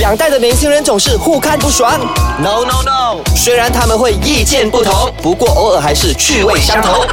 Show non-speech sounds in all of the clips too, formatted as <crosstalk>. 两代的年轻人总是互看不爽。No No No，虽然他们会意见不同，不过偶尔还是趣味相投。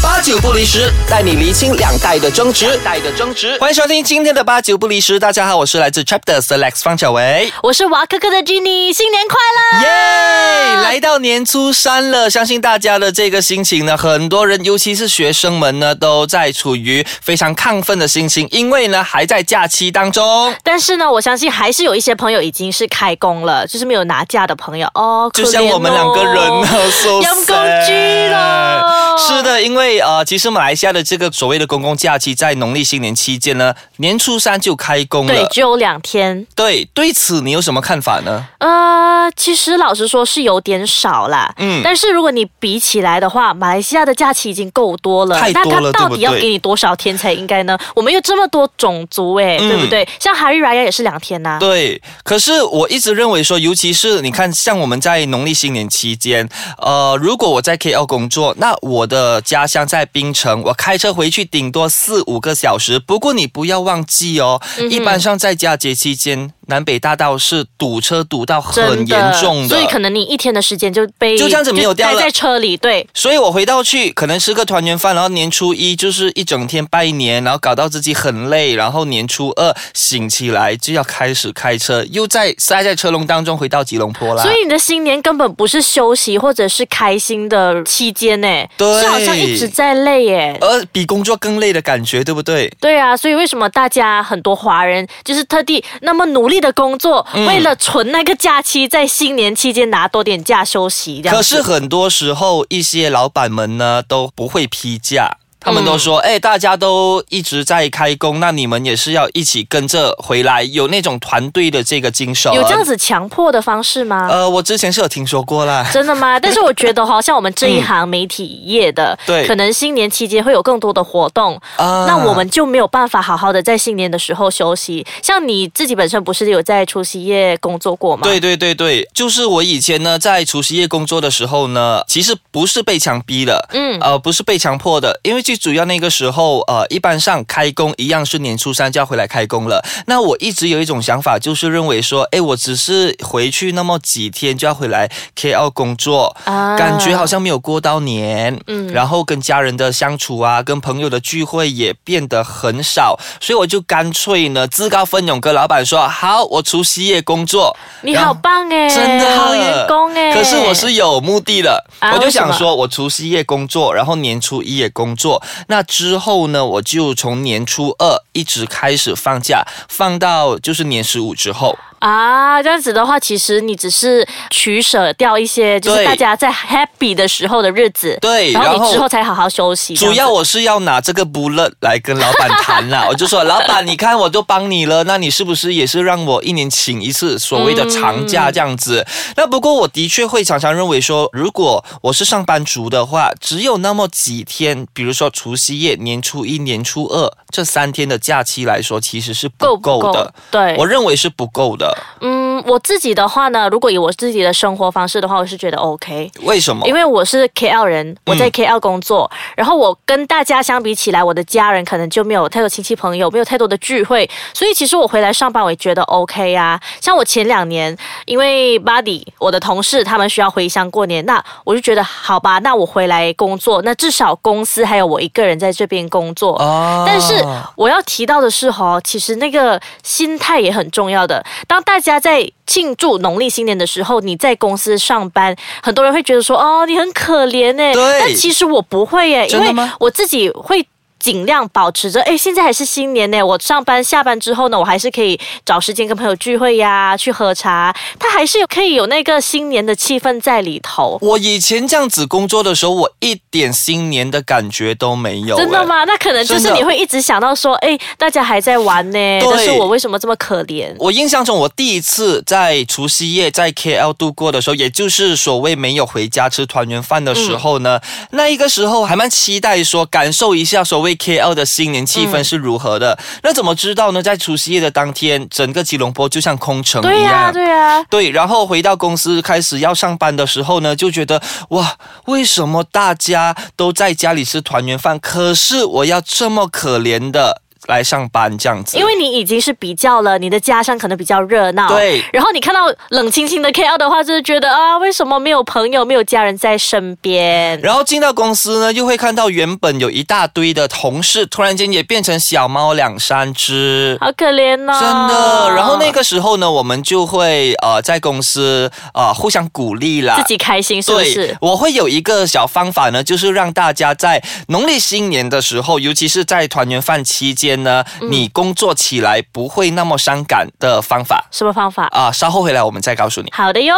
八九不离十，带你厘清两代的争执。代的争执，欢迎收听今天的八九不离十。大家好，我是来自 Chapter Select 方小维。我是娃哥哥的 Jenny，新年快乐！耶来到年初三了，相信大家的这个心情呢，很多人，尤其是学生们呢，都在处于非常亢奋的心情，因为呢还在假期当中。但是呢，我相信还是有一些朋友已经是开工了，就是没有拿假的朋友哦，就像我们两个人呢， <laughs> 受阳光哦居咯是的，因为呃，其实马来西亚的这个所谓的公共假期，在农历新年期间呢，年初三就开工对，了。只有两天。对，对此你有什么看法呢？呃，其实老实说是有点少啦。嗯但是如果你比起来的话，马来西亚的假期已经够多了，太那多了他到对不底要对给你多少天才应该呢？我们有这么多种族哎、嗯对不对？像哈日拉雅也是两天呐、对，可是我一直认为说，尤其是你看，像我们在农历新年期间，呃，如果我在 KL 工作，那我的家乡在槟城，我开车回去顶多四五个小时。不过你不要忘记哦，嗯一般上在佳节期间，南北大道是堵车堵到很真严重的，所以可能你一天的时间就被就这样子没有掉了待在车里，对，所以我回到去可能吃个团圆饭，然后年初一就是一整天拜年，然后搞到自己很累，然后年初二醒起来就要开始开车，又在塞在车龙当中回到吉隆坡啦。所以你的新年根本不是休息或者是开心的期间呢，对是好像一直在累耶。而呃比工作更累的感觉，对不对？对啊，所以为什么大家很多华人就是特地那么努力的工作，嗯为了存那个假期，在新年期间拿多点假休息？这样可子是很多时候，一些老板们呢都不会批假。他们都嗯说，哎、大家都一直在开工，那你们也是要一起跟着回来，有那种团队的这个精神。有这样子强迫的方式吗？啊呃，我之前是有听说过啦。真 <laughs> 的吗？但是我觉得哈，像我们这一行媒体业的，嗯对可能新年期间会有更多的活动，啊那我们就没有办法好好的在新年的时候休息。像你自己本身不是有在除夕夜工作过吗？对对对对，就是我以前呢，在除夕夜工作的时候呢，其实不是被强逼的，嗯呃，不是被强迫的，因为最主要那个时候，呃，一般上开工一样是年初三就要回来开工了。那我一直有一种想法，就是认为说，哎，我只是回去那么几天就要回来 KL 工作，啊感觉好像没有过到年，嗯，然后跟家人的相处啊，跟朋友的聚会也变得很少，所以我就干脆呢自告奋勇跟老板说，好，我除夕夜工作。你然好后棒哎，真的好员工哎。可是我是有目的的，啊我就为什想么说，我除夕夜工作，然后年初一也工作，那之后呢，我就从年初二一直开始放假，放到就是年十五之后。啊，这样子的话，其实你只是取舍掉一些，就是对大家在 happy 的时候的日子，对然然后后你之后才好好休息。主这样要子我是要拿这个 bullet 来跟老板谈 <laughs> 啦，我就说老板，你看我都帮你了，那你是不是也是让我一年请一次所谓的长假这样子？那不过我的确会常常认为说，如果我是上班族的话，只有那么几天，比如说除夕夜、年初一、年初二这三天的假期来说，其实是不够够不够的。？对，我认为是不够的，嗯，我自己的话呢，如果以我自己的生活方式的话，我是觉得 OK。为什么嗯因？为我是 KL 人，我在 KL 工作，然后我跟大家相比起来，我的家人可能就没有太多亲戚朋友，没有太多的聚会，所以其实我回来上班，我也觉得 OK 啊。像我前两年，因为 Buddy 我的同事他们需要回乡过年，那我就觉得好吧，那我回来工作，那至少公司还有我一个人在这边工作。啊但是我要提到的是哈，其实那个心态也很重要的。当大家在庆祝农历新年的时候，你在公司上班，很多人会觉得说哦，你很可怜呢。对但其实我不会耶，因真的为吗我自己会。尽量保持着，哎，现在还是新年呢。我上班下班之后呢，我还是可以找时间跟朋友聚会呀，去喝茶，他还是有可以有那个新年的气氛在里头。我以前这样子工作的时候，我一点新年的感觉都没有、真的哎吗？那可能就真是的你会一直想到说，哎，大家还在玩呢，但是我为什么这么可怜？我印象中，我第一次在除夕夜在 KL 度过的时候，也就是所谓没有回家吃团圆饭的时候呢，嗯那一个时候还蛮期待说感受一下所谓 KL 的新年气氛是如何的。嗯那怎么知道呢？在除夕夜的当天，整个吉隆坡就像空城对一呀、样。对呀、对，然后回到公司开始要上班的时候呢，就觉得哇，为什么大家都在家里吃团圆饭，可是我要这么可怜的来上班这样子。因为你已经是比较了，你的家乡可能比较热闹，对然后你看到冷清清的 KL 的话，就是觉得啊，为什么没有朋友、没有家人在身边？然后进到公司呢，又会看到原本有一大堆的同事，突然间也变成小猫两三只。好可怜哦呐、真的，然后那个时候呢，我们就会呃在公司呃互相鼓励啦自。己开心是不对是，？我会有一个小方法呢，就是让大家在农历新年的时候，尤其是在团圆饭期间呢，嗯你工作起来不会那么伤感的方法什么方法？啊、稍后回来我们再告诉你。好的哟。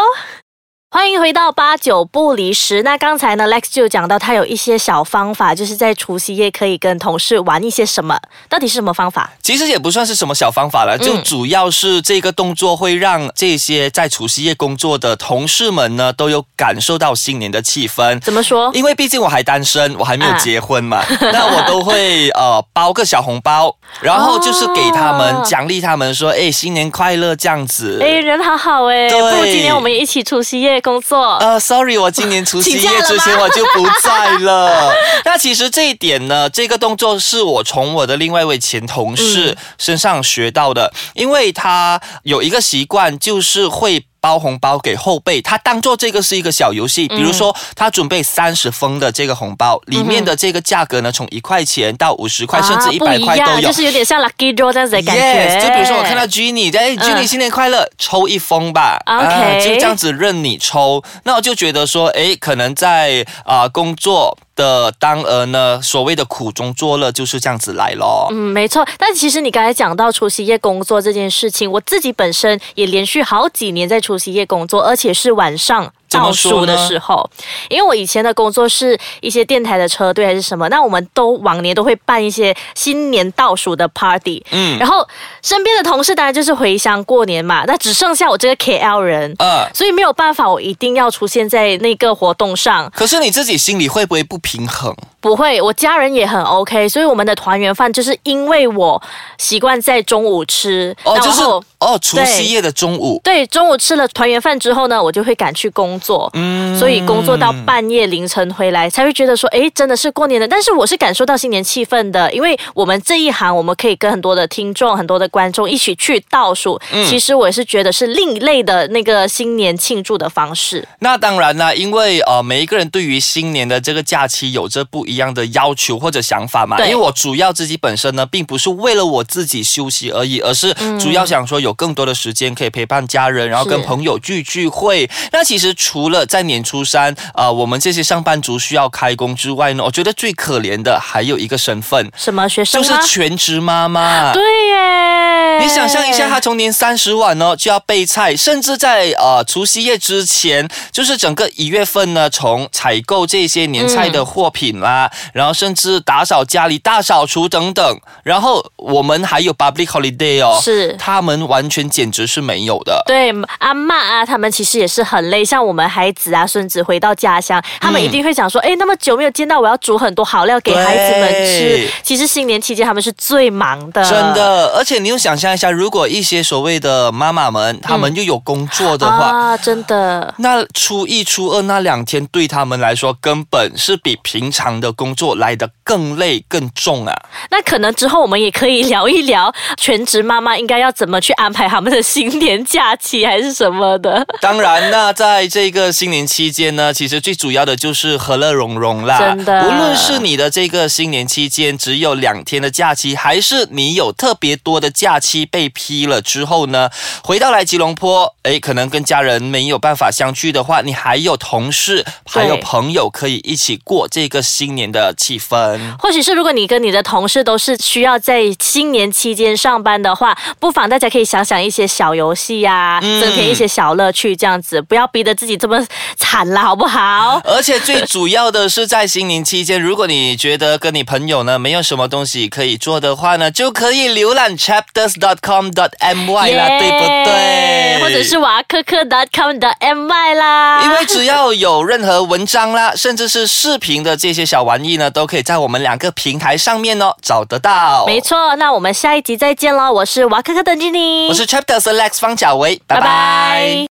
欢迎回到八九不离十。那刚才呢，Lex 就讲到他有一些小方法，就是在除夕夜可以跟同事玩一些什么，到底是什么方法？其实也不算是什么小方法了，就嗯主要是这个动作会让这些在除夕夜工作的同事们呢，都有感受到新年的气氛。怎么说？因为毕竟我还单身，我还没有结婚嘛，那我都会呃包个小红包，然后就是给他们、哦奖励他们说，哎，新年快乐这样子。哎，人好好哎，不对如今年我们也一起除夕夜工作。呃，sorry，我今年除夕哦 <laughs> 请假夜了之前吗我就不在了。 <laughs> 那其实这一点呢，这个动作是我从我的另外一位前同嗯事身上学到的，因为他有一个习惯，就是会。包红包给后辈，他当做这个是一个小游戏。嗯比如说，他准备三十封的这个红包，里面的这个价格呢，从一块钱到五十块，甚至一嗯啊不百一块样，都有就。是有点像 Lucky Draw 这样子的感觉。嗯 Yes，就比如说我看到 Jenny，哎，Jenny 新年快乐，抽一封吧啊 OK 就这样子任你抽。那我就觉得说，哎，可能在啊、工作的当儿呢，所谓的苦中作乐就是这样子来咯。嗯，没错。但其实你刚才讲到除夕夜工作这件事情，我自己本身也连续好几年在除夕夜工作，而且是晚上。怎么倒说数呢的时候，因为我以前的工作是一些电台的车队还是什么，那我们都往年都会办一些新年倒数的 party，嗯，然后身边的同事当然就是回乡过年嘛，那只剩下我这个 KL 人，呃，所以没有办法，我一定要出现在那个活动上，可是你自己心里会不会不平衡？不会，我家人也很 OK，所以我们的团圆饭就是因为我习惯在中午吃，哦，然就是后哦，除夕夜的中午。对中午吃了团圆饭之后呢，我就会赶去工作，嗯所以工作到半夜凌晨回来才会觉得说，诶，真的是过年了。但是我是感受到新年气氛的，因为我们这一行我们可以跟很多的听众、很多的观众一起去倒数，嗯其实我也是觉得是另类的那个新年庆祝的方式。那当然啦，因为呃，每一个人对于新年的这个假期有着不一样的要求或者想法嘛。因对为我主要自己本身呢，并不是为了我自己休息而已，而是嗯主要想说有更多的时间可以陪伴家人，然后跟朋友聚聚会。那其实除了在年初三，呃，我们这些上班族需要开工之外呢，我觉得最可怜的还有一个身份，什么学生就是吗？全职妈妈。对耶，你想象一下，他从哎年三十晚呢就要备菜，甚至在呃除夕夜之前，就是整个一月份呢，从采购这些年菜的货品啦，然后甚至打扫家里、大扫除等等，然后我们还有 public holiday 哦，是他们完全简直是没有的。对阿嬷啊，他们其实也是很累。像我们孩子啊、孙子回到家乡，他们一定会想说：“哎、那么久没有见到，我要煮很多好料给孩子们吃对。”其实新年期间他们是最忙的，真。的，而且你又想象一下，如果一些所谓的妈妈们，她们又有工作的话，嗯啊，真的，那初一、初二那两天对他们来说，根本是比平常的工作来得更累、更重啊！ <laughs> 那可能之后我们也可以聊一聊全职妈妈应该要怎么去安排他们的新年假期还是什么的，当然，那在这个新年期间呢，其实最主要的就是和乐融融啦。真的无论是你的这个新年期间只有两天的假期，还是你有特别多的假期被批了之后呢，回到来吉隆坡，诶，可能跟家人没有办法相聚的话，你还有同事，还有朋友可以一起过这个新年的气氛。或许是如果你跟你的同事都是需要在新年期间上班的话，不妨大家可以想想一些小游戏呀、嗯增添一些小乐趣，这样子不要逼得自己这么惨了，好不好？ <laughs> 而且最主要的是，在新年期间，如果你觉得跟你朋友呢没有什么东西可以做的话呢，就可以浏览 chapters.com.my 啦 Yeah，对不对？或者是。瓦科科 .com 的 my 啦，因为哦只要有任何文章啦，甚至是视频的这些小玩意呢，都可以在我们两个平台上面哦找得到。没，错。那我们下一集再见喽！我是瓦科科的 Jenny，我是 Chapters Alex 方小维，拜拜